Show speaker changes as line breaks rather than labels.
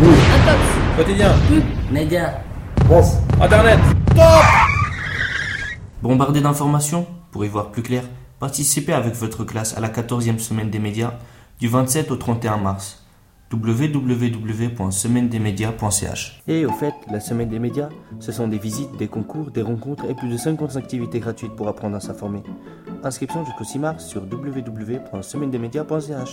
Intox,
Quotidien,
Médias.
France,
Internet,
Bombardé d'informations Pour y voir plus clair, participez avec votre classe à la 14e semaine des médias du 27 au 31 mars. www.semainedesmédias.ch Et au fait, la semaine des médias, ce sont des visites, des concours, des rencontres et plus de 50 activités gratuites pour apprendre à s'informer. Inscription jusqu'au 6 mars sur www.semainedesmédias.ch